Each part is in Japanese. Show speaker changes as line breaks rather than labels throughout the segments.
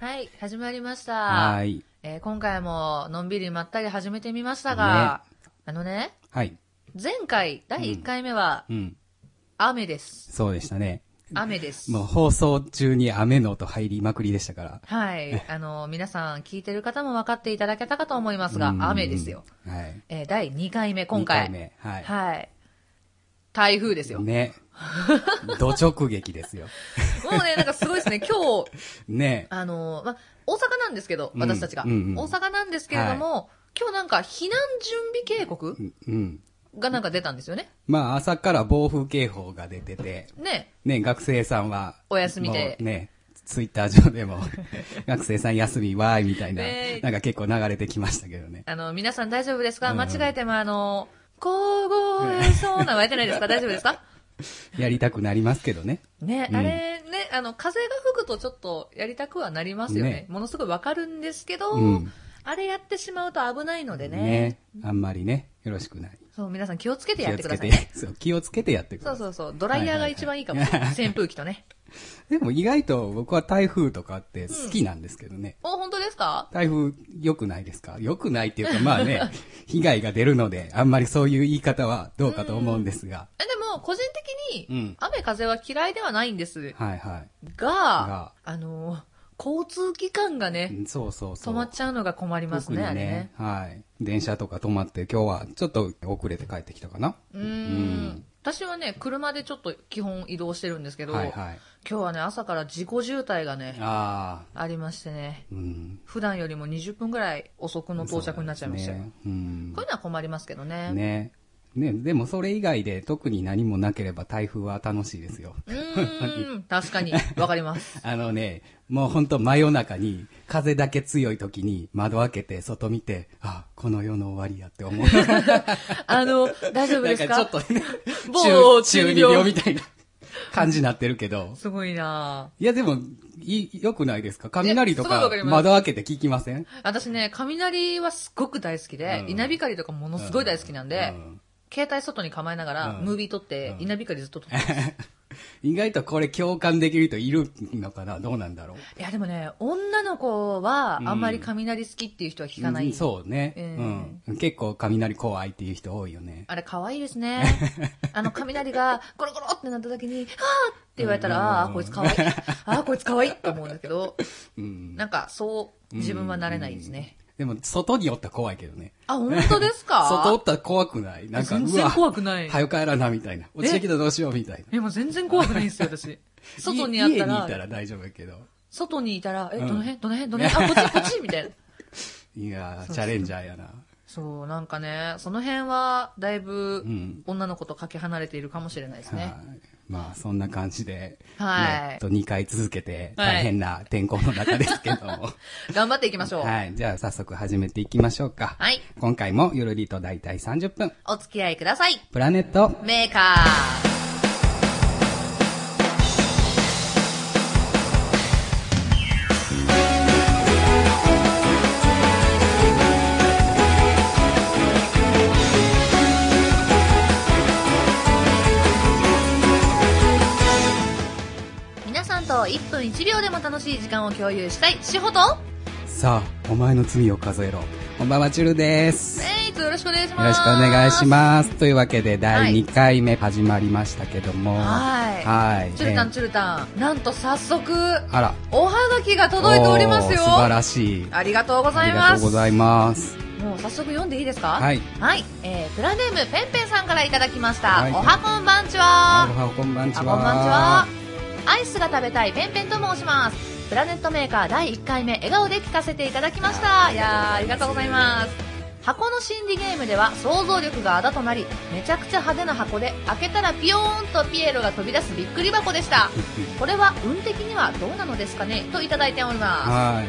はい、始まりました。
はい。
えー今回ものんびりまったり始めてみましたが、あのね、
はい。
前回、第1回目は、
うん。
雨です。
そうでしたね。
雨です。
もう放送中に雨の音入りまくりでしたから。
はい。あの、皆さん聞いてる方も分かっていただけたかと思いますが、雨ですよ。
うん。はい。
えー第2回目、今回。
二目はい。
はい。台風ですよ。も
ね。土直撃ですよ。
うね、なんかすごいで すね。今日、
ね。
あの、ま、大阪なんですけど、
うん
私たちが。
うんうん
大阪なんですけれども、今日なんか避難準備警告
うんうん。
がなんか出たんですよね。
まあ、朝から暴風警報が出てて、
ね。
ね、学生さんは、
お休みで
もうね、ツイッター上でも、 学生さん休みわーいみたいな
ね、
なんか結構流れてきましたけどね。
あの、皆さん大丈夫ですか
うん
間違えても、あの、神々そうな湧いてない ですか大丈夫ですか
やりたくなりますけどね。
ね、
うん
あれね、あの、風が吹くとちょっとやりたくはなりますよね。
ね
ものすごいわかるんですけど、
うん
あれやってしまうと危ないのでね。
ね。あんまりね、よろしくない。
そう、皆さん気をつけて
気
やっ
を
て
つ
く
け
ださい
て
ね。、
そう、気をつけてやってく
そ
だ
う
さい。
そうそう、ドライヤーが一番いいかもしれない。扇風機と ね。
でも意外と僕は台風とかって好きなんですけどね。
お、本当ですか
台風良くないですか良くないっていうかま あね、被害が出るので、あんまりそういう言い方はどうかと思うんですが。
え、でも、個人的
う
に
ん、
雨風は嫌いではないんですが、
はいは
あの、交通機関がね、
い。そうそうそ
止
う。
まっちゃうのが困ります
特
ね、
に
あれね。
はい。電車とか止まって今日はちょっと遅れて帰ってきたかな。
うーん。私はね、車でちょっと基本移動してるんですけど、
はいはい。
今日はね、朝から自己渋滞がね、
ああ。
ありましてね、
うん。
普段よりも20分ぐらい遅くの到着になっちゃいましたよ。
そうですねうん
こういうのは困りますけどね。
ね。ね、でもそれ以外で特に何もなければ台風は楽しいですよ。
うーん、確かに、わかります。
あのね、もうほんと真夜中に、風だけ強い時に窓開けて外見て、あ、この世の終わりやって 思う。
あの、大丈夫
な
で
ん
すか
かちょっとね、
某
中、中二病みたいな感じになってるけど。
すごいない
やでも、いい、良くないですか雷と
いやすごいわ
か
かります
窓開けて聞きません
ぁ私ね、雷はすっごく大好きで、
うん
稲光とかものすごい大好きなんで、
うん
携帯外に構えながら、
うん
ムービー撮って、稲光ずっと撮ってます。
意外とこれ共感できる人いるのかなどうなんだろう
いや、でもね、女の子は、あんまり雷好きっていう人は聞かない。
うんそうね、
うん
うん。結構雷怖いっていう人多いよね。
あれ、可愛いです ね。あの、雷が、ゴロゴロってなった時に、はぁって言われたら、
うん
ああー、こいつ 可愛い。ああ、こいつ可愛いと思うんだけど、
うん。
なんか、そう、自分はなれないですね。
でも、外におったら怖いけどね。
あ、本当ですか
外おったら怖くないなんか、
全
う
然
わ、
怖くない。
早く帰らな、みたいな。落ちてきたらどうしよう、みたいな。
でも全然怖くないんですよ、 私。外にあった
家にい
ら、
たら大丈夫やけど。
外にいたら、え、
うん
どの辺どの辺どの辺あ、こっち、こっちみたい な。
いや
そ
ー、
う
チャレンジャーやな。
そう、なんかね、その辺は、だいぶ
うん、
女の子とかけ離れているかもしれないですね
は。い。まあ、そんな感じで、
はい
ねと2回続けて、
はい
大変な天候の中ですけ ども。
頑張っていきましょう。はい。
はい。じゃあ、早速始めていきましょうか。今回も、ゆるりと大体30分、
お付き合いください。
プラネット、
メーカー。皆さんと1分1秒でも楽しい時間を共有したいしほと
さあ、お前の罪を数えろ。こんばんは、ちゅるです。
メイツよろしくお願いします
よろしくお願いし
す
ます。というわけで、
は
第
い
2回目始まりましたけども。
はい
はい。
チュルタ
え
ン
ー
チュルタンなんと早速
あら。
おはがきが届いておりますよ
おー素晴らしい。
ありがとうござい
あり
ま
がとう
す
ございます。
もう早速読んでいいですか、
はいい。
えー、プラネームペンペンさんからいただきました、
はい
おはこんばんち
ア
は
ロハこんばんちは。
あこんばんちはアイスが食べたいペンペンと申しますプラネットメーカー第1回目笑顔で聞かせていただきましたいやーありがとうございます箱の心理ゲームでは想像力があだとなりめちゃくちゃ派手な箱で開けたらピヨーンとピエロが飛び出すびっくり箱でしたこれは運的にはどうなのですかねといただいておりま
は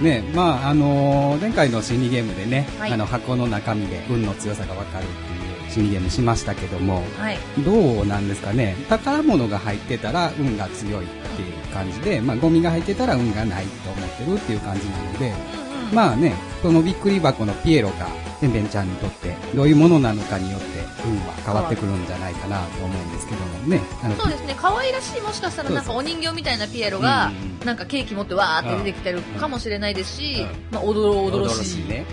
い。ね、まあ、あのー前回の心理ゲームでね、
はい
あの、箱の中身で運の強さがわかるっていう心理ゲームしましたけども、
す。はい。
どうなんですかね宝物が入ってたら運が強いっていう感じで、まあ、ゴミが入ってたら運がないと思ってるっていう感じなので、
うんうん。
まあね、そのびっくり箱のピエロが、べんべんちゃんにとって、どういうものなのかによって、運は変わってくるんじゃないかなと思うんですけどもね。あの
そうですね可愛らしいもしかしたらなんかお人形みたいなピエロが
うんうんうん
なんかケーキ持ってわーって出てきてるかもしれないですし、
う
まあ、おどろおどろ
驚
しい
ね。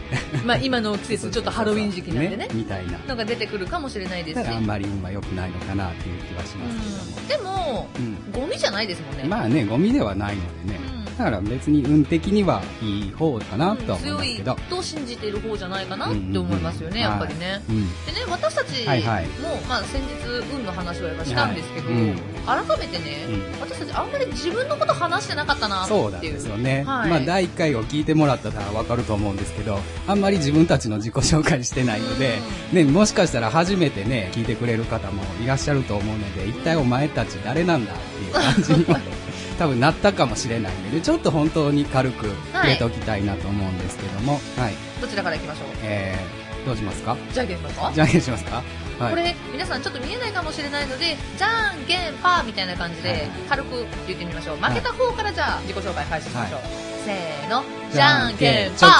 まあ、今の季節ちょっとハロウィン時期なんでね
みたいな。
のが出てくるかもしれないです
だ
し
からあんまり運は良くないのかなっていう気はしますけども
うん、でも
うん
ゴミじゃないですもんね、
まあね、ゴミではないのでね。
うん
だから別に運的にはいい方かなとは思い
強
ます
い
けど。
と信じている方じゃないかなって思いますよね、
うんうん
や
うん
っぱりね、
うん。
でね私たちも、
はいはい
まあ、先日運の話をやっぱしたんですけど、
はいうん
改めてね、
うん
私たちあんまり自分のこと話してなかったなっていう
そうなんですよね、
はい
まあ第1回を聞いてもらったらわかると思うんですけどあんまり自分たちの自己紹介してないので、ね、もしかしたら初めてね聞いてくれる方もいらっしゃると思うので一体お前たち誰なんだっていう感じにも 多分なったかもしれないのでちょっと本当に軽く触れておきたいなと思うんですけども、はい
どちらからいきましょう
えー、どうしますか
じゃんけんしますか
じゃんけんしますか、はい、
これ皆さんちょっと見えないかもしれないのでじゃんけんパーみたいな感じ
は
で
い
軽く言ってみましょう負けた方からじゃあ自己紹介開始しましょう、せーの
じ
じ
ゃ
ゃ
ん
ん
け
け
ん
ん
チ
パ
ョ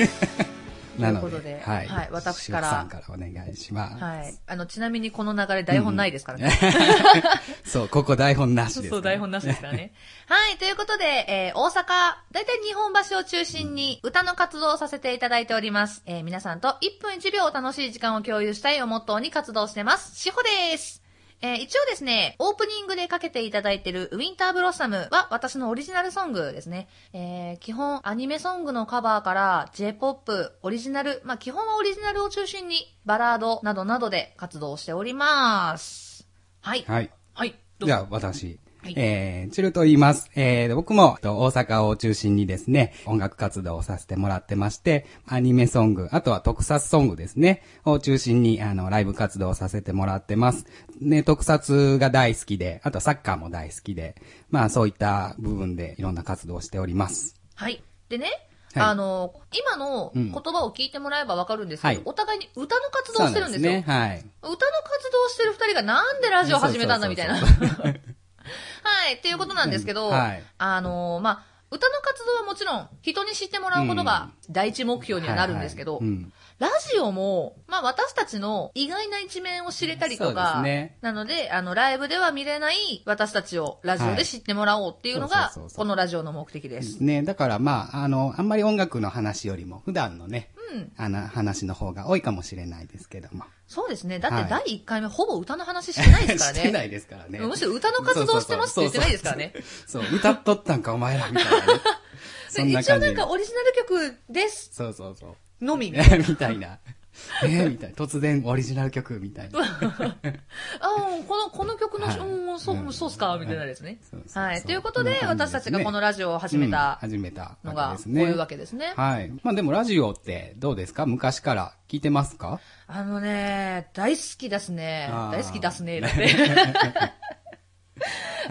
ー
はいなの
ということ
で
で
はい、
はい私から
塩さんからお願いします、
はい、あのちなみにこの流れ台本ないですからね、
そうここ台本なし
そ
で
う
す、
そう、台本なしですからね。 はい、ということで、えー大阪、だいたい日本橋を中心に歌の活動をさせていただいております。えー皆さんと1分1秒を楽しい時間を共有したいをモットーに活動してます。しほです。えー一応ですね、オープニングでかけていただいてるウィンターブロッサムは私のオリジナルソングですね。えー基本アニメソングのカバーから J-POP、オリジナル、まあ基本はオリジナルを中心にバラードなどなどで活動しております。はい。
はい
はい。どうぞ
じゃあ、私。
はい
えー、チルと言います。えー、僕も、と大阪を中心にですね、音楽活動をさせてもらってまして、アニメソング、あとは特撮ソングですね、を中心に、あの、ライブ活動をさせてもらってます。ね、特撮が大好きで、あとサッカーも大好きで、まあ、そういった部分でいろんな活動をしております。
はい。でね、
はい
あの、今の
うん
言葉を聞いてもらえばわかるんですけど、
はい
お互いに歌の活動をしてるんですよ。
そうなんね。はい。
歌の活動をしてる二人がなんでラジオ始めたんだみたいな。
そう
はい、っていうことなんですけど、
はい
あの、まあ、歌の活動はもちろん人に知ってもらうことが第一目標にはなるんですけど、
はいはいうん
ラジオも、まあ私たちの意外な一面を知れたりと
そ
か、
うですね
なので、あの、ライブでは見れない私たちをラジオで知ってもらおうっていうの
はい
が
そうそうそう、そう
このラジオの目的です。
ね、だからまあ、あの、あんまり音楽の話よりも、普段のね、
うん。
あの、話の方が多いかもしれないですけども。
そうですね。だって
は
第1回目、ほぼ歌の話してないですからね。
してないですからね。
むしろ歌の活動してますって言ってないですからね。
そうそうそう、そう歌っとったんかお前らみたい なね。そんな
一応
感
なん
じ。
かオリジナル曲です
そうそうそう。
の み。あ
みたいな。えー、みたいな。突然オリジナル曲みたいな。
あ、この、この曲の、
はい
うん、そうう、
ん
そうっすか、みたいなですね
そうそう。そう
はい。ということで、
こんな
私
感じですね
たちがこのラジオを始めた
うん始めた
の
わ
が、
けで
こ
す
う
ね。
いうわけですね。
はい。まあでもラジオってどうですか昔から聞いてますか
あのね、大好きですね。
あー
大好きですね、だって。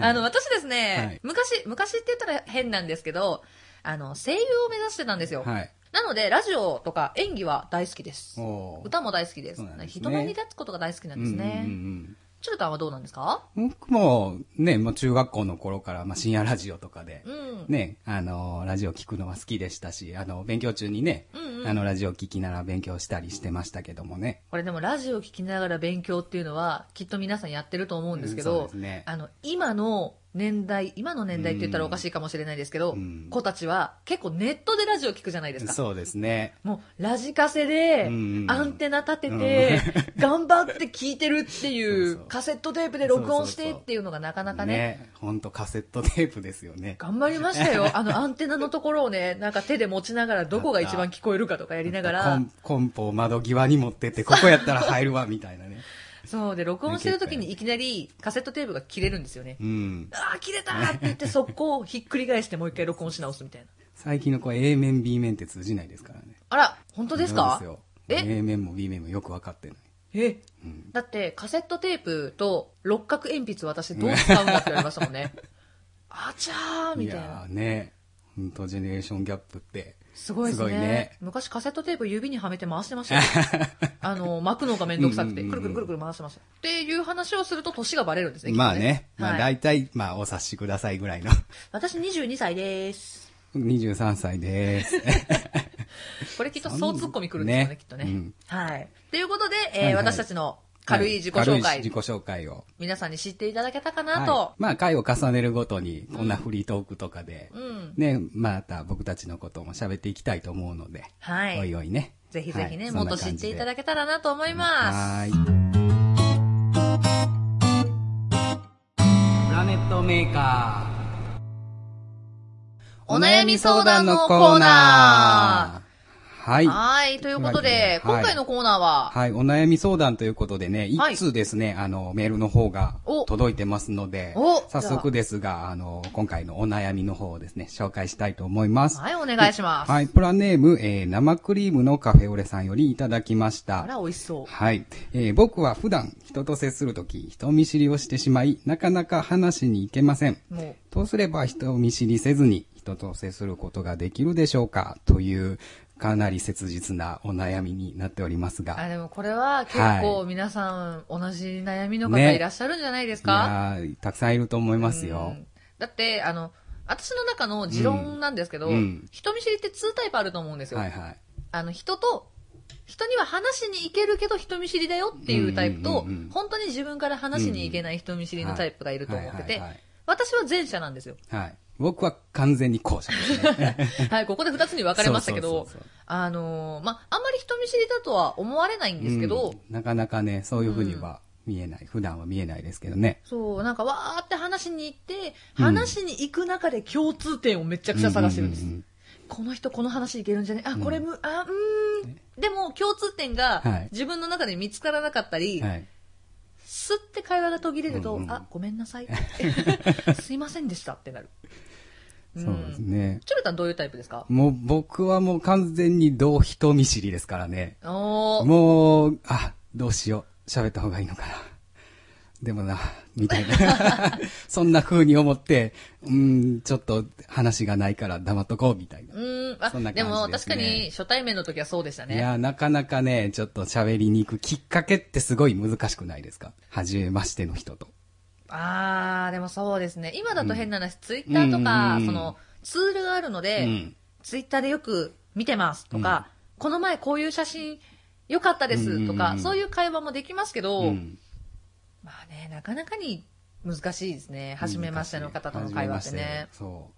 あの、私ですね、
はい
昔、昔って言ったら変なんですけど、あの、声優を目指してたんですよ。
はい。
なので、ラジオとか演技は大好きです。
おー
歌も大好きです。
そうなんですね
人前に立つことが大好きなんですね
うん。うんうん
チュルタンはどうなんですか
僕もね、もう中学校の頃から、まあ深夜ラジオとかで、
うん。
ね、あの、ラジオ聞くのは好きでしたし、あの、勉強中にね、
うんうん
あの、ラジオ聞きながら勉強したりしてましたけどもね。
これでもラジオ聞きながら勉強っていうのは、きっと皆さんやってると思うんですけ
うんそ
ど
うで、すね
あの、今の年代、今の年代って言ったらおかしいかもしれないですけど、
うん
子たちは結構ネットでラジオ聞くじゃないですか。
そうですね。
もう、ラジカセで
うん、
アンテナ立てて、頑張って聞いてるってい
そう
う
そう、
カセットテープで録音し
そ
て
うそうそう
っていうのがなかなかね、
ね、ほんとカセットテープですよね。
頑張りましたよ。 あのアンテナのところをね、なんか手で持ちながら、どこが一番聞こえるかとかやりなが
コ
ら
ン、コンポを窓際に持ってって、ここやったら入るわ、みたいなね。
そうで、録音してる時にいきなりカセットテープが切れるんですよね
う。ん。
ああ、切れたって言って、速攻ひっくり返してもう一回録音し直すみたいな。
最近の子は A 面、B 面って通じないですからね。
あら、本当ですか
そうですよ
え
?A 面も B 面もよくわかってない。
え
ん
だって、カセットテープと六角鉛筆私どう使うんだって言われましたもん ね。あちゃーみたいな。
やーね、ほんとジェネレーションギャップって。
すごいですね
ね。
昔カセットテープ指にはめて回してました よあの巻くのがめんどくさくて
うんうん
く
うんう
る
ん
くるくるくる回してましたっていう話をすると年がバレるんですね
まあね、まあ
はい、
大体、まあお察しくださいぐらいの。
私22歳です
23歳です。
これきっとそうツッコミくるんですよね、
ね
きっとね。
うん
はい。ということで、えー
はいはい
私たちの 軽い自己紹
は
介、
い軽い自己紹介を。
皆さんに知っていただけたかな
は
と
い。まあ、回を重ねるごとに、こんなフリートークとかで、
うん。
ね、また僕たちのことも喋っていきたいと思うので、
はい
おいおいね。
ぜひぜひね、
はい
もっと知っていただけたらなと思います。
はい。プラネットメーカー。
お悩み相談のコーナー。
ー。はい。
はい。ということで、
はい
今回のコーナーは、
はい、お悩み相談ということでね、
はい
いつですね、あの、メールの方が
お
届いてますので
お、
早速ですが、あの、今回のお悩みの方をですね、紹介したいと思います。
はい、お願いします。
はい、プラネーム、えー生クリームのカフェオレさんよりいただきまし
あ
た。
ら、美味しそう。
はい、えー僕は普段人と接するとき、人見知りをしてしまい、なかなか話に行けません。
もう、
どうすれば人を見知りせずに人と接することができるでしょうかという、かなり切実なお悩みになっておりますが。
あ、でもこれは結構皆さん同じ悩みの方
ね
いらっしゃるんじゃないです
い
か、
やーたくさんいると思いますよ
う。んだって、あの、私の中の持論なんですけど、
うんうん
人見知りって2タイプあると思うんですよ。
はいはい。
あの、人と、人には話しに行けるけど人見知りだよっていうタイプと、
うんうんうんうん
本当に自分から話しに行けない人見知りのタイプがいると思って
はい
て
はいはい、
私は前者なんです よ。
はい。僕は完全に後者ですね。
はい、ここで2つに分かれましたけ
そう
ど
そうそうそう、
あのーまあ、あんまり人見知りだとは思われないん ですけど、
うんなかなかね、そういうふうには見えない、普段は見えないですけどね。
そう、なんかわーって話しに行って、
うん
話しに行く中で共通点をめちゃくちゃ探してるんです。
うううん
この人この話いけるんじゃねあ、これむ、あ、うーん。でも共通点
は
が
い
自分の中で見つからなかったり、
うんはい。
すって会話が途切れると、
うんうん
あ、ごめんなさ い。すいませんでしたってなる。うん
そうですね。
チョルタンどういうタイプですか
もう僕はもう完全に同人見知りですからね。
おー
もう、あ、どうしよう。喋った方がいいのかな。でもな、みたい な。そんな風に思って、うん、ちょっと話がないから黙っとこう、みたいな。
うーん、あ
そんな感じですね
でも確かに初対面の時はそうでした
い
ね。
や、なかなかね、ちょっと喋りに行くきっかけってすごい難しくないですか初めましての人と。
あー、でもそうですね。今だと変な話、ツイッターとか、
うん
その、ツールがあるので、
うん
ツイッターでよく見てますとか、この前こういう写真良かったですとか、
うん
そういう会話もできますけど、
うん
まあね、なかなかに難しいですね。初めましての方との会話ってね。
初めましてそ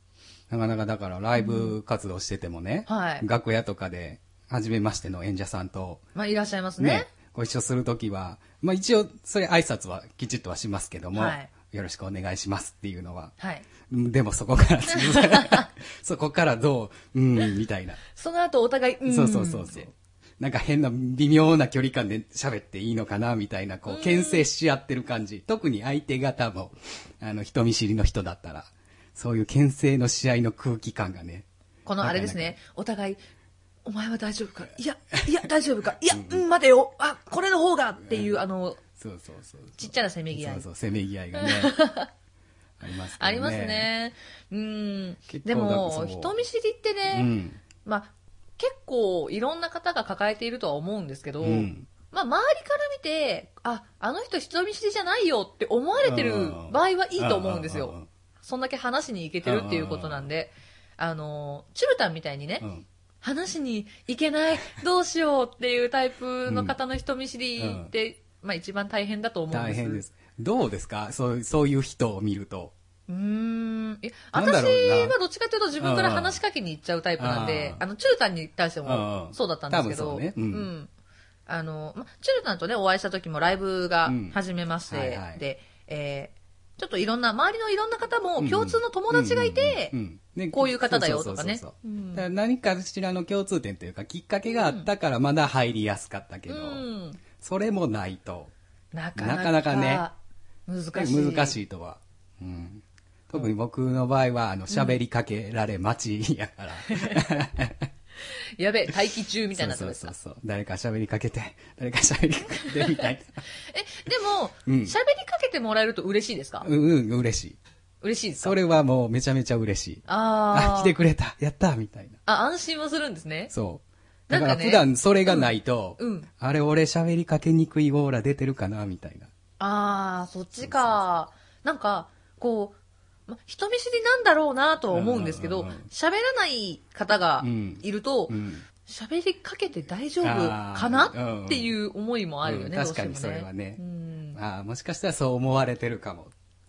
う。なかなかだからライブ活動しててもね、
うんはい
楽屋とかで、初めましての演者さんと、
まあいらっしゃいます
ね、
ね。
ご一緒するときは、まあ一応、それ挨拶はきちっとはしますけども、
はい
よろしくお願いしますっていうのは、
はい。
うんでもそ こから続か、そこからどう、うん、みたいな。
その後お互い、うん。
そうそうそうそう。なんか変な微妙な距離感で喋っていいのかなみたいな、こう、牽制し合ってる感じ。特に相手方も、あの、人見知りの人だったら、そういう牽制の試合の空気感がね。
このあれですね、お互い、お前は大丈夫かいや、 いや、大丈夫かいや、うん、待てよあ、これの方がっていう、あの、
そうそうそう。
ちっちゃなせめぎ合い
そうそう、せめぎ合 いがね。ありますけどね。
あります。ね。うん。
結構
で
な
も、
んかそう
人見知りって
う
ね、
ん。
まあ、結構いろんな方が抱えているとは思うんですけど、
うん
まあ、周りから見て、あ、あの人人見知りじゃないよって思われてる場合はいいと思うんです
うんうんうんう
よ
ん。
そんだけ話しに行けてるっていうことなんで、あの、チュルタンみたいにね、
うん。
話しに行けない、どうしようっていうタイプの方の人見知りって、まあ一番大変だと思うんで
大
す。
変です。どうですかそう、そういう人を見ると。
うーん。いや
なんだ
私
ろうな
はどっちかというと自分から話しかけに行っちゃうタイプなんで、
あ
あの、チュルタンに対して
うん
も
うん
そうだったんですけど、
多分そうねうん
あの、ま、チュルタンとね、お会いした時もライブが
うん
始めまして、
はいはい
で、えーちょっといろんな、周りのいろんな方も
うん
共通の友達がいて、
うんうんうんうんね
こういう方だよとかね
そう
う
そうそうそうんだから何かしらの共通点というか、きっかけがあったからまだ入りやすかったけど、
うん
それもないと、
なかなか
なかなか
難しい。
難しいとは。うん特に僕の場合は、あの、喋りかけられ待ちやから。
やべえ、待機中 みたいな
そ
タイプで
う
す
そ
か
うそう。誰か喋りかけて、 誰か喋りかけて、みたい
え、でも、喋、
うん
りかけてもらえると嬉しいですか
な。うん、うん、嬉しい。
嬉しいですか
それはもうめちゃめちゃ嬉しい。あ
ああ。
来てくれた、やった、みたいな。
あ、安心はするんですね。
そう。
な
だ
んか
か
ね
ら普段それがないと、
うんうん
あれ俺喋りかけにくいオーラ出てるかなみたいな。
ああ、そっちか。なんか、こう、まあ、人見知りなんだろうなとは思うんですけ
う
ど
んうんうんうん、
喋らない方がいると
う、ん
喋りかけて大丈夫かなっていう思いもあるよね、
う
ど
ん
うしても
確かにそれはね
うん
ああもしかしたらそう思われてるかも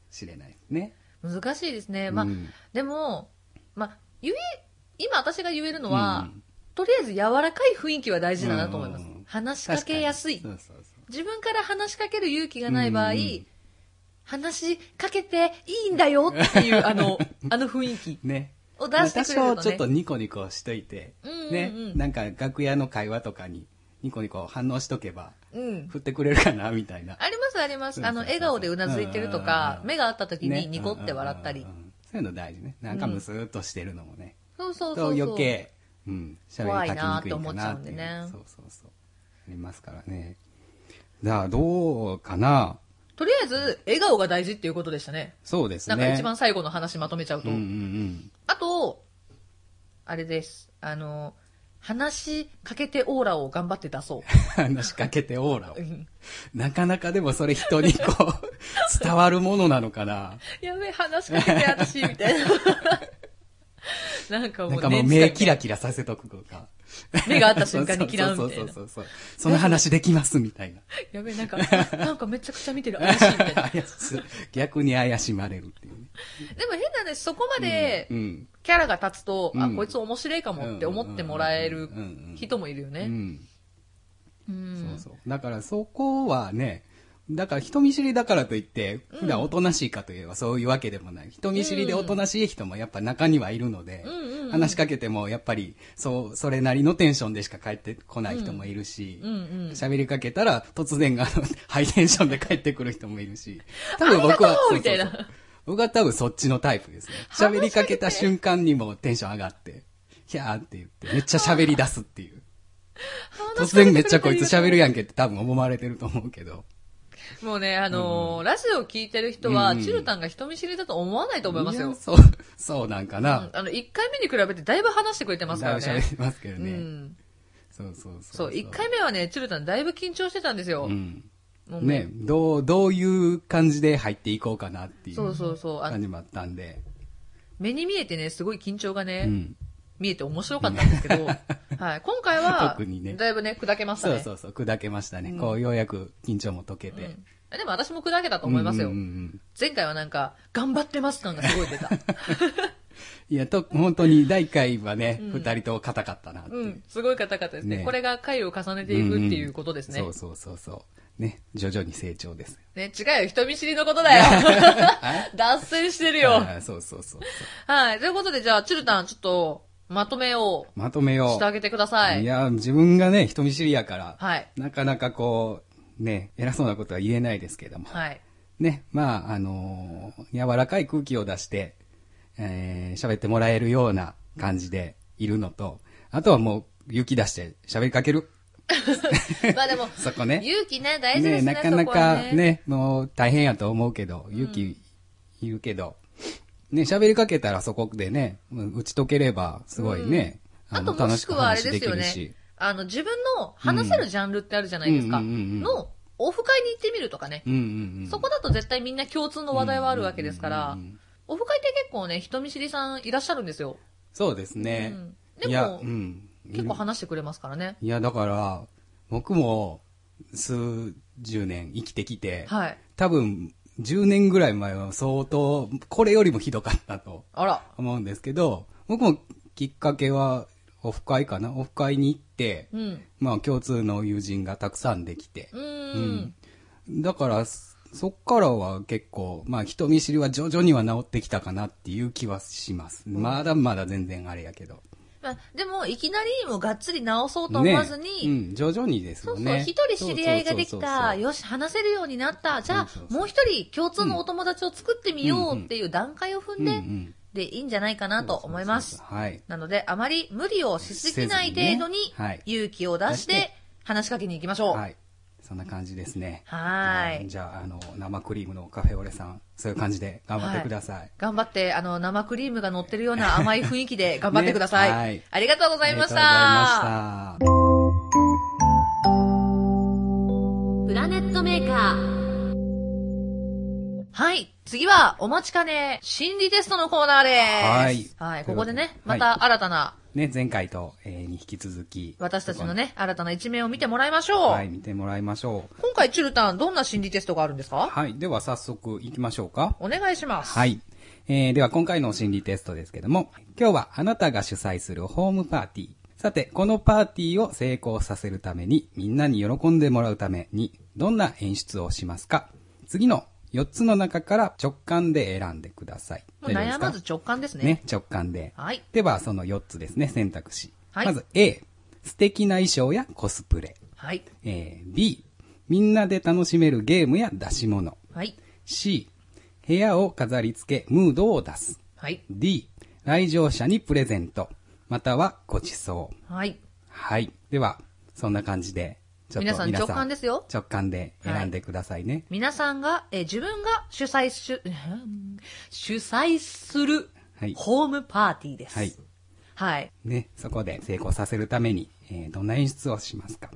しれないですね。
難しいですね。まあ、
うん
でも、まあ、言え、今私が言えるのは、
うん
とりあえず柔らかい雰囲気は大事だなと思います。
うんうんうん
話しかけやすい
確。かにそうそうそう
自分から話しかける勇気がない場合、
うんうん
話しかけていいんだよって いう、あの、あの雰囲気
ね。
を出
まあ
して
多
くれる
少
と
ちょっ
ね
と。ニコニコしといて、
うんうん
ね
うん。
なんか楽屋の会話とかにニコニコ反応しとけば、
うん。
振ってくれるかなみたいな。
ありますありま
そう
す。
そう
あ
そう
の、笑顔でうなずいてると
うんうん
か
う、ん
目が合った時
ね
にニコって笑ったり
うんうん。うんうんそういうの大事ね。なんかムスーっとしてるのもね。
そうそう
と
そうそう。
余計、うん、喋
怖
りかけにくいか
いなーって思っちゃ
な
う
っ
ん
て
で
いう。
ね
そうそうそう。ありますからね。じゃあ、どうかな
とりあえず、笑顔が大事っていうことでしたね。
そうです
な
ね。
んか一番最後の話まとめちゃうと。
うんうんうん。
あと、あれです。あの、話しかけてオーラを頑張って出そ
話しかけてオーラを
う。う。ん
なかなかでもそれ人にこ う、伝わるものなのかな。
やべえ、話しかけて私、みたい な。なんかもう、
なんかもう目キラキラさせとくとか。
目が合った瞬間にキランみたい
そう
な
そう。そうそうそう。その話できますみたいな。
やべえ、なんか、なんかめちゃくちゃ見てる、怪しいみ たいな。
怪し逆に怪しまれるっていうね。
でも変な話、そこまで
うん。
キャラが立つと、
う
あ、
ん
こいつ面白いかもって思ってもらえる
うんうんうん
人もいるよ
う
ね。
ん。
う
そうそ
ん。
う。だからそこはね、だから人見知りだからといって、普段おとなしいかといえばそういうわけでもない。人見知りでおとなしい人もやっぱ中にはいるので、
うんうんうん
話しかけてもやっぱり、そう、それなりのテンションでしか帰ってこない人もいるし
うん、うん。
喋、りかけたら突然あの ハイテンションで帰ってくる人もい るし、多分
あ
僕
りが
は
と、う
そう
みたいな
そうそう僕は多分そっちのタイプですね。
話しかけ
喋
て
りかけた瞬間にもうテンション上がって、ひゃーって言って、めっちゃ喋り出すっていう。 突然めっちゃこいつ喋るやんけって多分思われてると思うけど。
もうね、あのーラジオを聞いてる人は、
うんうん
チルタンが人見知りだと思わないと思いますよ。
や
うん
そう、そうなんかな。
あの、1回目に比べてだいぶ話してくれてますか
だい
ら
ぶ
ね。
喋ってますけど
う
ね。
ん。
そうそうそう
そう、1回目はね、チルタンだいぶ緊張してたんですよ。
うん。
もう
ね、どう、どういう感じで入っていこうかなっていう
そうそうそうあの
感じもあったんで。
目に見えてね、すごい緊張がね、
うん。
見えて面白かったんですけど、 はい、今回は、
特にね
だいぶね、砕けましたね。
そうそうそう、砕けましたね。こう、ようやく緊張も解けて。
うんでも私も砕けたと思いますよ。
うんうんうん
前回はなんか、頑張ってます感がすごい 出た。
いや、と、本当に第1回はね、二、人とも硬かったなっていうう。
ん、すごい硬かったですね。
ね
これが回を重ねていくっていうことですね。
そうそうそうそう。ね、徐々に成長ですよ。
ね、違うよ、人見知りのこと だよ。脱線してるよ。
あーそうそうそうそう。
はい。ということで、じゃあ、チルタン、ちょっと、まとめを
まとめよう。
してあげてください。
や、自分がね、人見知りやから、
はい
なかなかこう、ね、偉そうなことは言えないですけども、
はい。
ね、まあ、あのー柔らかい空気を出して、えー喋ってもらえるような感じでいるのと、あとはもう、勇気出して喋りかける。
まあでも、
そこね。
勇気ね、大事ですね、
なかな
そこは
かね、もう大変やと思うけど、勇気いるけど、ね、喋りかけたらそこでね、うん打ち解ければ、すごいね、
あ
の
と、もしくはあれですよ
楽しく話できる
ね
し。
あの、自分の話せるジャンルってあるじゃないですか。
うんうんうんうん
の、オフ会に行ってみるとかね。
うんうんうん。
そこだと絶対みんな共通の話題はあるわけですか
う
ら
んうんうんうん、
オフ会って結構ね、人見知りさんいらっしゃるんですよ。
そうですね。
うんでも
いや、うん。
結構話してくれますからね。
いや、だから、僕も、数十年生きてきて、
はい。
多分、10年ぐらい前は相当、これよりもひどかったと
あら。
思うんですけど、僕もきっかけは、オフ会かなオフ会に行って、
うん。
まあ、共通の友人がたくさんできて
う、ーん。
だから、そっからは結構、まあ、人見知りは徐々には治ってきたかなっていう気はします。まだまだ全然あれやけど。
まあ、でも、いきなりもうがっつり直そうと思わずに、
ねうん、徐々にです
そ
よ
うそう、
ね。
一人知り合いができた、よし、話せるようになった、じゃあ
そうそう、そう
もう一人共通のお友達を作ってみようっていう段階を踏ん
うん
で、
うん
でいいんじゃないかなと思いま
そ
す
うそ。うそうはい。
なので、あまり無理をしすぎない程度に
せずにねはい、
勇気を出し、
出して
話しかけに行きましょう。
はい。そんな感じですね。
はーい
じゃあ、あの、生クリームのカフェオレさん、そういう感じで頑張ってください。
頑張って、あの、生クリームが乗ってるような甘い雰囲気で頑張ってください。
ねはい
ありがとうございました。
ありがとうございまし
プラネットメーカー。はい。次は、お待ちかね、心理テストのコーナーです。
はい
はい。ここでね、ま
はい
た新たな、
ね、前回と、えーに引き続き。
私たちの。ね、新たな一面を見てもらいましょう。
はい、見てもらいましょう。
今回、チュルタン、どんな心理テストがあるんですか
はい、では早速行きましょうか。
お願いします。
は。い。えー、では今回の心理テストですけども、今日はあなたが主催するホームパーティー。さて、このパーティーを成功させるために、みんなに喜んでもらうために、どんな演出をしますか次の4つの中から直感で選んでください。
もう悩まず直感です
大丈夫です
ね。
かね、直感で。
はい。
では、その4つですね、選択肢。
はい
まず A、素敵な衣装やコスプレ。
はい。
えー B、みんなで楽しめるゲームや出し物。
はい。
C、部屋を飾り付け、ムードを出す。
はい。
D、来場者にプレゼント。またはご馳走。
はい。
はい。では、そんな感じで、ち
皆さん直感ですよ
直感で選んでくださいね。
皆さんが、えー自分が主催しゅ、主催する
はい、
ホームパーティーです。
はい。
はい。
ね、そこで成功させるために、えーどんな演出をしますか、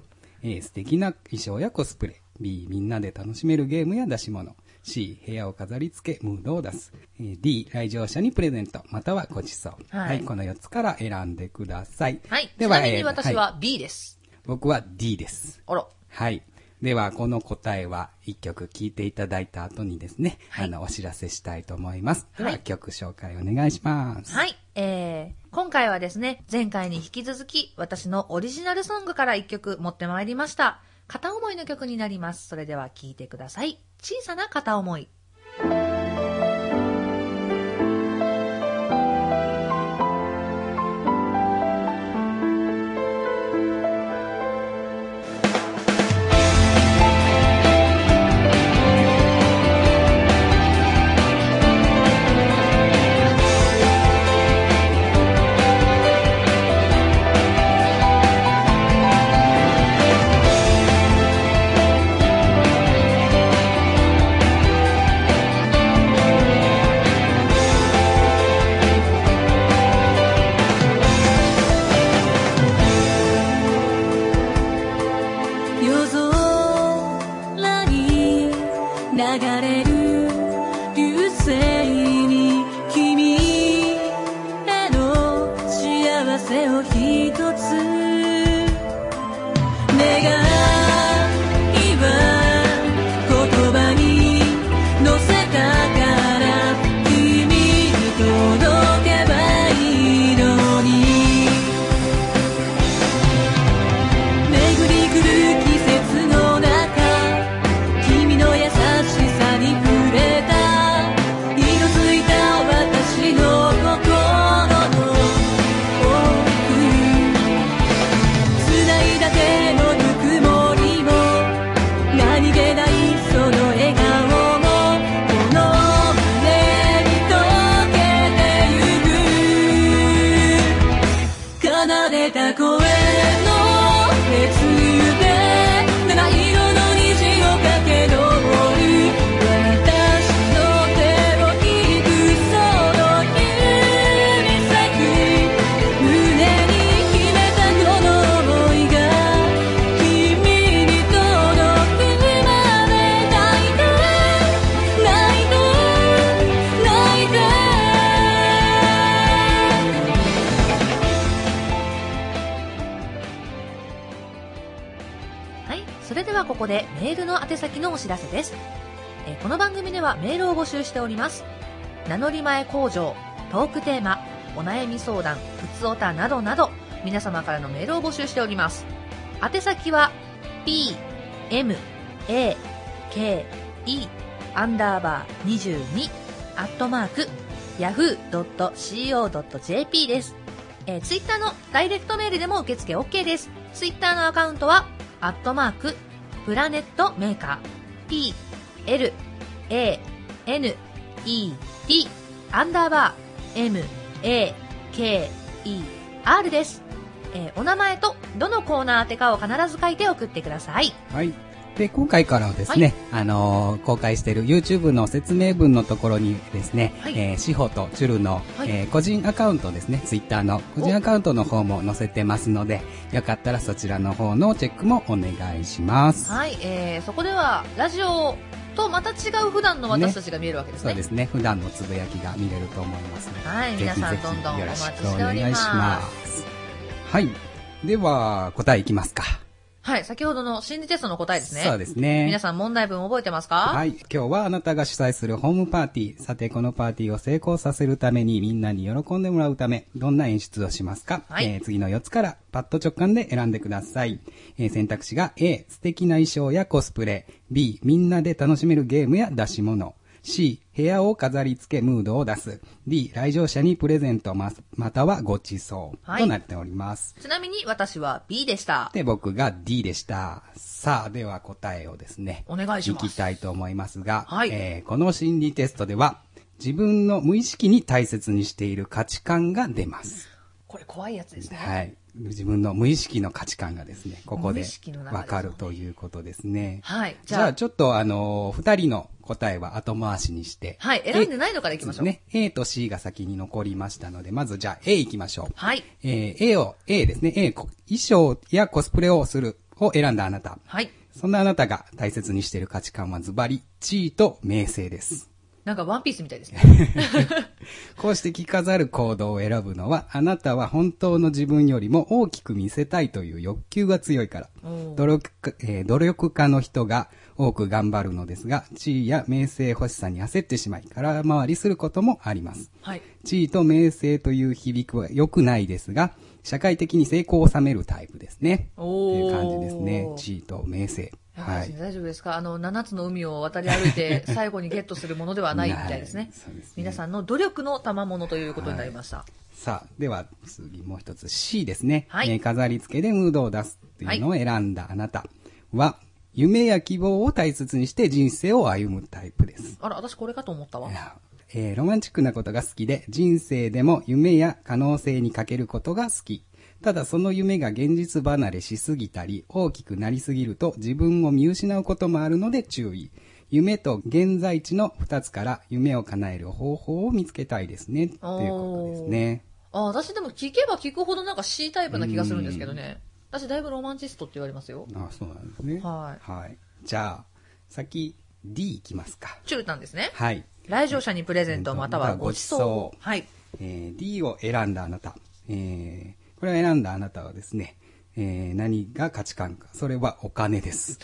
えー素敵な衣装やコスプレ B みんなで楽しめるゲームや出し物 C 部屋を飾り付けムードを出す、えー D 来場者にプレゼントまたはごちそう
はい
この4つから選んでください、
はい。
で
ち
は
なみ
え
に
ー
私
い
は B です。
僕は D です
あら。
はい。では、この答えは一曲聴いていただいた後にですね、
はい
あの、お知らせしたいと思います。で
は
は、
い
曲紹介お願いします。
はい。えー、今回はですね、前回に引き続き、私のオリジナルソングから一曲持ってまいりました。片思いの曲になります。それでは聴いてください。小さな片思い。
夜空に流れる流星に君への幸せを一つ願いは言葉に乗せたから君に届けばいいのに巡り来る季節の中君の優しさに触れた色づいた私の心の奥繋いだ手もぬくもりも何気ないその笑顔もこの胸に溶けてゆく奏でた声の熱で七色の虹を駆け上る私の手を引くその指先胸に秘めたこの想いが君に届くまで泣いて泣いて泣いて
はい。それではここでメールの宛先のお知らせです。えーこの番組ではメールを募集しております。名乗り前工場、トークテーマ、お悩み相談、ふつおたなどなど、皆様からのメールを募集しております。宛先は、p, m, a, k, e, アンダーバー22、アットマーク、yahoo.co.jp です。えー、ツイッターのダイレクトメールでも受付 OK です。ツイッターのアカウントは、アットマーク、プラネットメーカー、p, l, a, n, e, t, アンダーバー、m, a, k, e, r です。えーお名前とどのコーナー宛てかを必ず書いて送ってください。
はい。で、今回からはですね、あのー公開している YouTube の説明文のところにですね、
はい
えー、志保とチュルの、
はい
えー個人アカウントですね、Twitter の個人アカウントの方も載せてますので、よかったらそちらの方のチェックもお願いします。
はい、えーそこではラジオをとまた違う普段の私たちが見えるわけです
そ
ね
うですね。普段のつぶやきが見れると思いますので。
はい皆さんどんどん
よろしくお
お待ちしてお
願い
り
し
ます
ます。はい。では、答えいきますか。
はい先ほどの心理テストの答えですね
そうですね。
皆さん問題文覚えてますか
はい。今日はあなたが主催するホームパーティー。さて、このパーティーを成功させるために、みんなに喜んでもらうため、どんな演出をしますか、
はい
えー次の4つから、パッと直感で選んでください。えー選択肢が A、素敵な衣装やコスプレ。B、みんなで楽しめるゲームや出し物。C、部屋を飾り付けムードを出す。D、来場者にプレゼントま、またはご馳走。
はい
となっております。
ちなみに私は B でした
で、僕が D でした。さあ、では答えをですね。
お願いします
いきたいと思いますが、
はい
えーこの心理テストでは、自分の無意識に大切にしている価値観が出ます。
これ怖いやつですね
はい。自分の無意識の価値観がですね、ここ
無
で
意識の中ですね
わかるということですね。
はい
じ
じ
ゃ
ゃ
あ、
あ
ちょっとあのー二人の答えは後回しにして。
はい選んでないのからいきましょう、
ね。A と C が先に残りましたので、まずじゃあ A 行きましょう。
はい
えー A を、A ですね、A、こ衣装やコスプレをするを選んだあなた。
はい
そんなあなたが大切にしている価値観はズバリ、地位と名声です。
なんかワンピースみたいですね
こうして着飾る行動を選ぶのは、あなたは本当の自分よりも大きく見せたいという欲求が強いから
お。ー
努力家、えー努力家の人が多く頑張るのですが、地位や名声欲しさに焦ってしまい、空回りすることもあります。
はい
地位と名声という響くは良くないですが、社会的に成功を収めるタイプですね。
おー
っていう感じですね。地位と名声。
はい、大丈夫ですかあの、7つの海を渡り歩い て、最後にゲットするものではないみたいですね。
はいそうですね
皆さんの努力の賜物ということになりました。
さあ、では次もう一つ C ですね。
はい
えー飾り付けでムードを出すというのを選んだあなたは、夢や希望を大切にして人生を歩むタイプです。
あら、私これかと思ったわ。
えーロマンチックなことが好きで、人生でも夢や可能性にかけることが好き。ただその夢が現実離れしすぎたり、大きくなりすぎると自分を見失うこともあるので注意。夢と現在地の2つから夢を叶える方法を見つけたいですね。ということですね。
あ、私でも聞けば聞くほどなんか C タイプな気がするんですけどね。私だいぶロマンチストって言われますよ。
あそうなんですね。
はい
じゃあ、先 D いきますか。
チュルタンですね。
はい。
来場者にプレゼントまたはごち
また
そ
はごちそう
う。はい。
えー D を選んだあなた。えーこれを選んだあなたはですね、えー何が価値観か。それはお金です。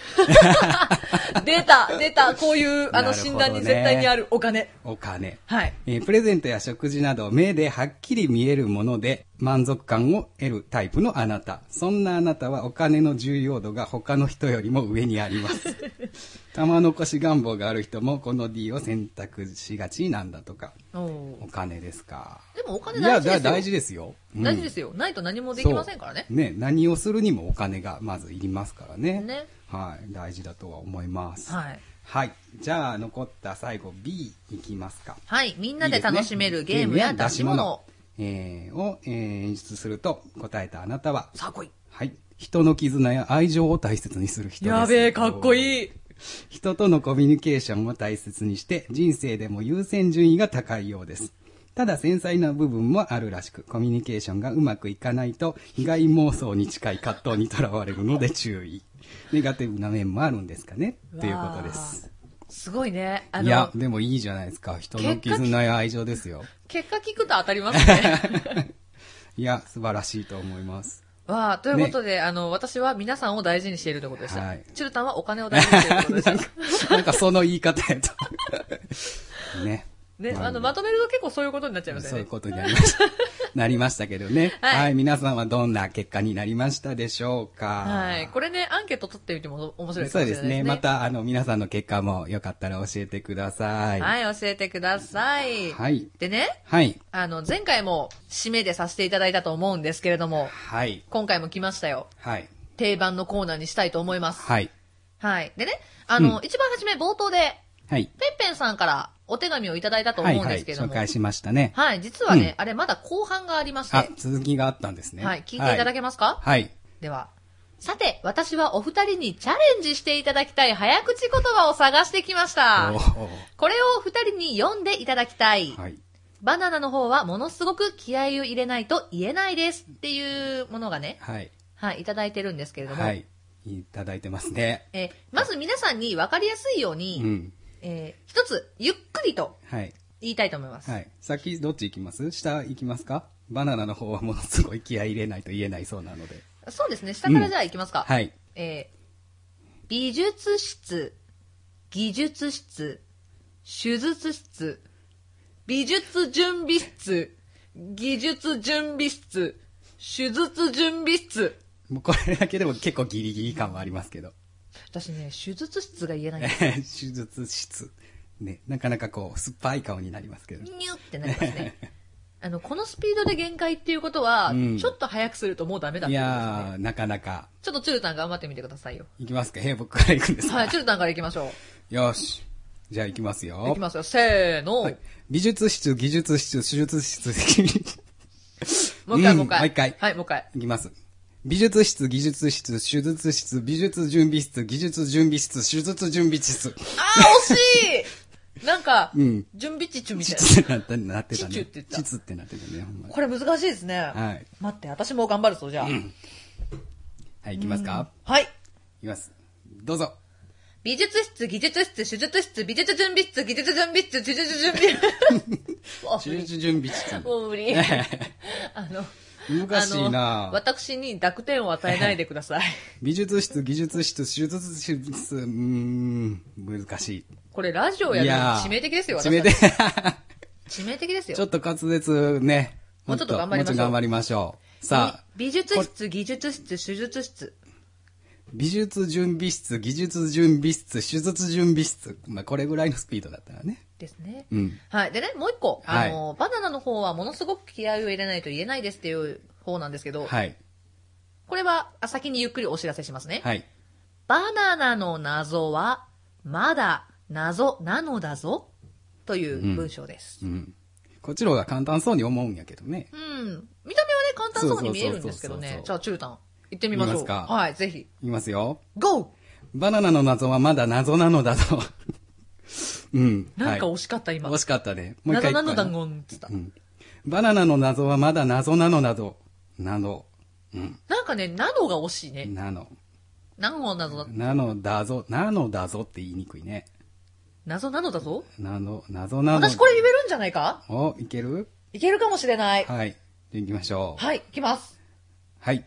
出た出たこういう、あ
な
の、
るほどね
診断に絶対にあるお金。
お金。
はい。
えープレゼントや食事など目ではっきり見えるもので満足感を得るタイプのあなた。そんなあなたはお金の重要度が他の人よりも上にあります。 玉残し願望がある人もこの D を選択しがちなんだとか。
おー
お金ですか。
でもお金大事ですよ
いや、だ大事ですよ。うん
大事ですよ。ないと何もできませんからね。
そうね、何をするにもお金がまずいりますからね。
ね
はい、大事だとは思います。い。
はい。
はい、じゃあ残った最後 B いきますか。
はい。み
み
んなで楽しめるゲームや出し物。。
えーを、えー演出すると答えたあなたは、
さあ来い。
はい、人の絆や愛情を大切にする人です。
やべえ、かっこいい。
人とのコミュニケーションを大切にして人生でも優先順位が高いようです。ただ繊細な部分もあるらしく、コミュニケーションがうまくいかないと被害妄想に近い葛藤にとらわれるので注意。ネガティブな面もあるんですかねっていうことです。
すごいね。あ
いや
の、、
でもいいじゃないですか。人の絆や愛情ですよ。
結果聞くと当たります ね。
いや、素晴らしいと思います。
わあ、ということで、あの、私は皆さんを大事にしているということでした。
はい
チュルタンはお金を大事にしているという ことでし
なんかその言い方やと。 ね。
た。ね、あの、まとめると結構そういうことになっちゃいますよ
そういう
ね。
ことになりま した。なりましたけどね。は、
はいい
皆さんはどんな結果になりましたでしょうか。
はい。これね、アンケート取ってみても面白いか
そ
もしれな
うで
い
す
ですね。
ね。ま。た、あの、皆さんの結果もよかったら教えてください。い。
はい、教えてください。
はい。
でね、
はい。
あの、前回も締めでさせていただいたと思うんですけれども、
はい。
今回も来ましたよ。
はい。
定番のコーナーにしたいと思います。
はい。
はい。でね、あの、
うん
一番初め冒頭で、
はい。
ペンペンさんからお手紙をいただいたと
はい。
思うん
は
で
い。
すけれど
紹
も。
介しましたね。
はい、実はね、
う
あれまだ後半がありまして、は
あ
い、、
続きがあったんですね。
聞いていただけますか、
はい。はい。
では、さて、私はお二人にチャレンジしていただきたい早口言葉を探してきました
お。ー
これを二人に読んでいただきたい。
はい。
バナナの方はものすごく気合を入れないと言えないですっていうものがね、
はい。
はい、いただいてるんですけれども、
はい。いただいてますね。
えーまず皆さんに分かりやすいように、
うん。
えー一つ、ゆっくりと
はい。
言いたいと思います。
はい。先、どっち行きます下行きますかバナナの方はものすごい気合い入れないと言えないそうなので。
そうですね、下からじゃあ行きますか。
はい。
えー美術室、技術室、手術室、美術準備室、技術準備室、手術準備室。
もうこれだけでも結構ギリギリ感はありますけど。
私ね、手術室が言えないん です。
手術室。ね、なかなかこう、酸っぱい顔になりますけど。
ニュってなりますね。あの、このスピードで限界っていうことは、
うん
ちょっと早くするともうダメだっ
い
てことですね。
やー、なかなか。
ちょっとチュルタン頑張ってみてくださいよ。
行きますかえ、僕から行くんですか、
はい、チュルタンから行きましょ
よし。じゃあ行きますよ。
う。行きますよ。せーの。
はい美術室、技術室、手術室。
もう一回、
うん
もう一回。
もう一回
はい、もう一回。
いきます。美術室、技術室、手術室、美術準備室、技術準備室、手術準備室。
あー、惜しいなんか、
うん
準備地中みたいな。
膣ってなってたね。
膣って言った
膣ってなってたね、ほんまに
これ難しいですね。
はい
待って、私も頑張るぞ、じゃあ。
はい、いきますか
はい。
いきます。どうぞ。
美術室、技術室、手術室、美術準備室、技術準備室、手術準 備。あ
手術準備室。
もう無理。あの、
難しい
あの
な
私に濁点を与えないでください。
美術室、技術室、手術室、うーん、難し
これラジオ
い。
や
い
るの
やー
致命的ですよ、
致命的
私。致命的ですよ。
ちょっと滑舌ね。
もうちょっと頑張りましょう
もっと頑張りましょう。さあ、
美術室、技術室、手術室。
美術準備室、技術準備室、手術準備室。まあ、これぐらいのスピードだったらね。
ですね。
うん
はい。でね、もう一個。
はい
あの、バナナの方はものすごく気合を入れないと言えないですっていう方なんですけど、
はい。
これはあ先にゆっくりお知らせしますね。
はい。
バナナの謎は、まだ謎なのだぞという文章です。
う
うん。
ん。こっちの方が簡単そうに思うんやけどね。
見た目はね、簡単そうに見えるんですけど
そうそうそうそ
ね
う。
じゃあ、チュルタン、行ってみましょう。
行きますか
はい、ぜひ。
いきますよ。
GO!
バナナの謎はまだ謎なのだ と。うん。
なんか
はい
惜しかった、今。
惜しかったね。もう一
謎
回
なのだ
行こ
ごんっつった
う。うん。バナナの謎はまだ謎なのだと。なの。うん。
なんかね、なのが惜しいね。
なの。
なの謎だ、
なのだぞ。なのだぞって言いにくいね。
謎なのだぞ
なの、謎なの。
私これ言えるんじゃないか
お、いける
いけるかもしれない。
はい。じゃあ行きましょう。
はい、いきます。
はい。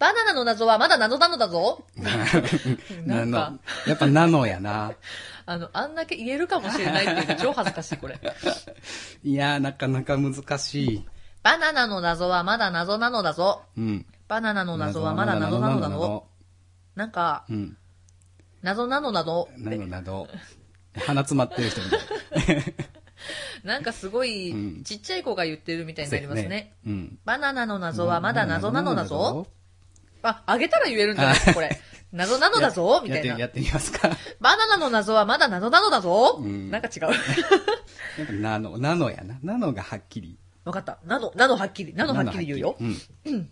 バナナの謎はまだ謎なのだぞ。な
なんの
か。
やっぱなのやな。
あの、あんだけ言えるかもしれないっていうの超恥ずかしい、 これ。
いやー、なかなか難しい。
バナナの謎はまだ謎なのだぞ。
うん。
バナナの謎はまだ謎なのだぞ。なんか、
うん。
謎なのだぞっ
なの
て。
など。鼻詰まってる人みたい。
なんかすご
う
い、
ん
ちっちゃい子が言ってるみたいになりますね。。
うん。
バナナの謎はまだ謎なのだぞ。。あ、あげたら言えるんじゃないですか、これ。謎なのだぞみたい
やって、
な
や。ってみますか。
バナナの謎はまだ謎なのだぞ
うん
なんか違う。
やっぱなの、なのやな。なのがはっきり。
わかった。なの、なのはっきり。なのはっきり言うよ。
なのはっきり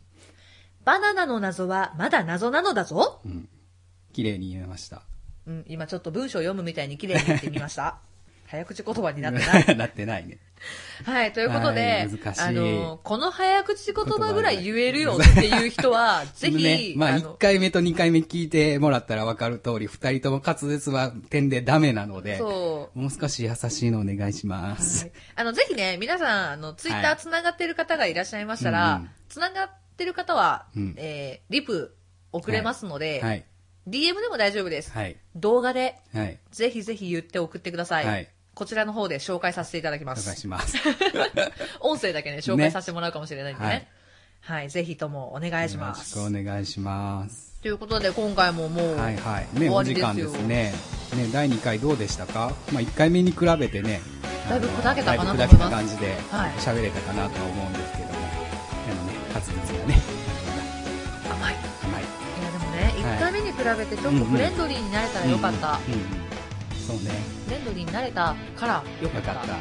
バナナの謎はまだ謎なのだぞ。
うん。うん。綺麗に言えました。
うん、今ちょっと文章読むみたいに綺麗に言ってみま した。早口言葉になってない。
なってないね。
はい、ということ
は
で
い、難しい
あの、この早口言葉ぐらい言えるよっていう人 は、ぜ
ね
ひ、
まあ、
あ
1
の、
回目と2回目聞いてもらったら分かる通り、2人とも滑舌は点でダメなので、
そう。
もう少し優しいのお願いします。
あの、ぜひね、皆さん、あの、ツイッタ
は
ー
い
つながってる方がいらっしゃいましたら、
うんうん
つながってる方は、
うん
えー、リプ送れますので、
はい。
DM でも大丈夫です。
はい。
動画で、
はい。
ぜひぜひ言って送ってください。
はい
こちらの方で紹介させていただきま
お願い
す。
します。
音声だけね、紹介させてもらうかもしれないんでね。
はい
はい、ぜひともお願いし
よろ
ま
し
す
く。お願いします。
ということで、今回ももう、
はいはい。ね、
終わ
お
り
時
ですよ
間ですね。ね、第2回どうでしたかまあ、1回目に比べてね、
だいぶ砕けたかなと思います
だいぶ砕けた感じで
はい、
喋れたかなと思うんですけども、でもね、滑舌 がね、
甘い。い
甘い。
や、でもね、
はい
1回目に比べてちょ
う
っ
ん
と
うん
フレンドリーになれたらよかった。
うんうん。うんそうね、
フレンドリーになれたからよか
よ
った
かった。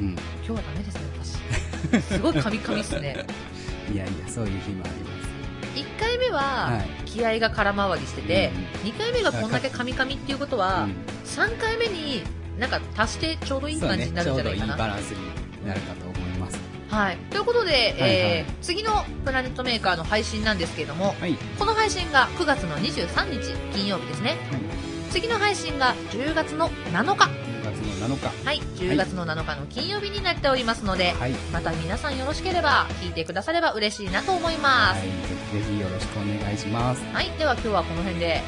うん。
今日はダメですね私すごいカミカミっす ね
いやいや、そういう日もあります。
1回目
は
はい気合が空回りしてて、2回目がこんだけカミカミっていうことは、
うん
3回目になんか足してちょうどいい
そう
感じ
ね
にな
ち
る
ょ
んじゃな
うど
い
いい
か
バ
な、
ランスになるかと思います。
はい、ということで、え
は
ー次のプラネットメーカーの配信なんですけれども
はい。
この配信が9月の23日金曜日ですね
はい
次の配信が10月の7日
月の7日。
はい、10月の7日の金曜日になっておりますので、
はい。
また皆さんよろしければ聞いてくだされば嬉しいなと思い
は
ま
い
す。。
ぜひよろしくお願いします。
はい、では今日はこの辺で、
はい。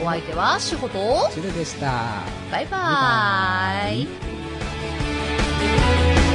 お相手はしほと、
チュルでした。
バイバ
バ
ー
イバー
イ
イ。
「君の声が聞こえてくる」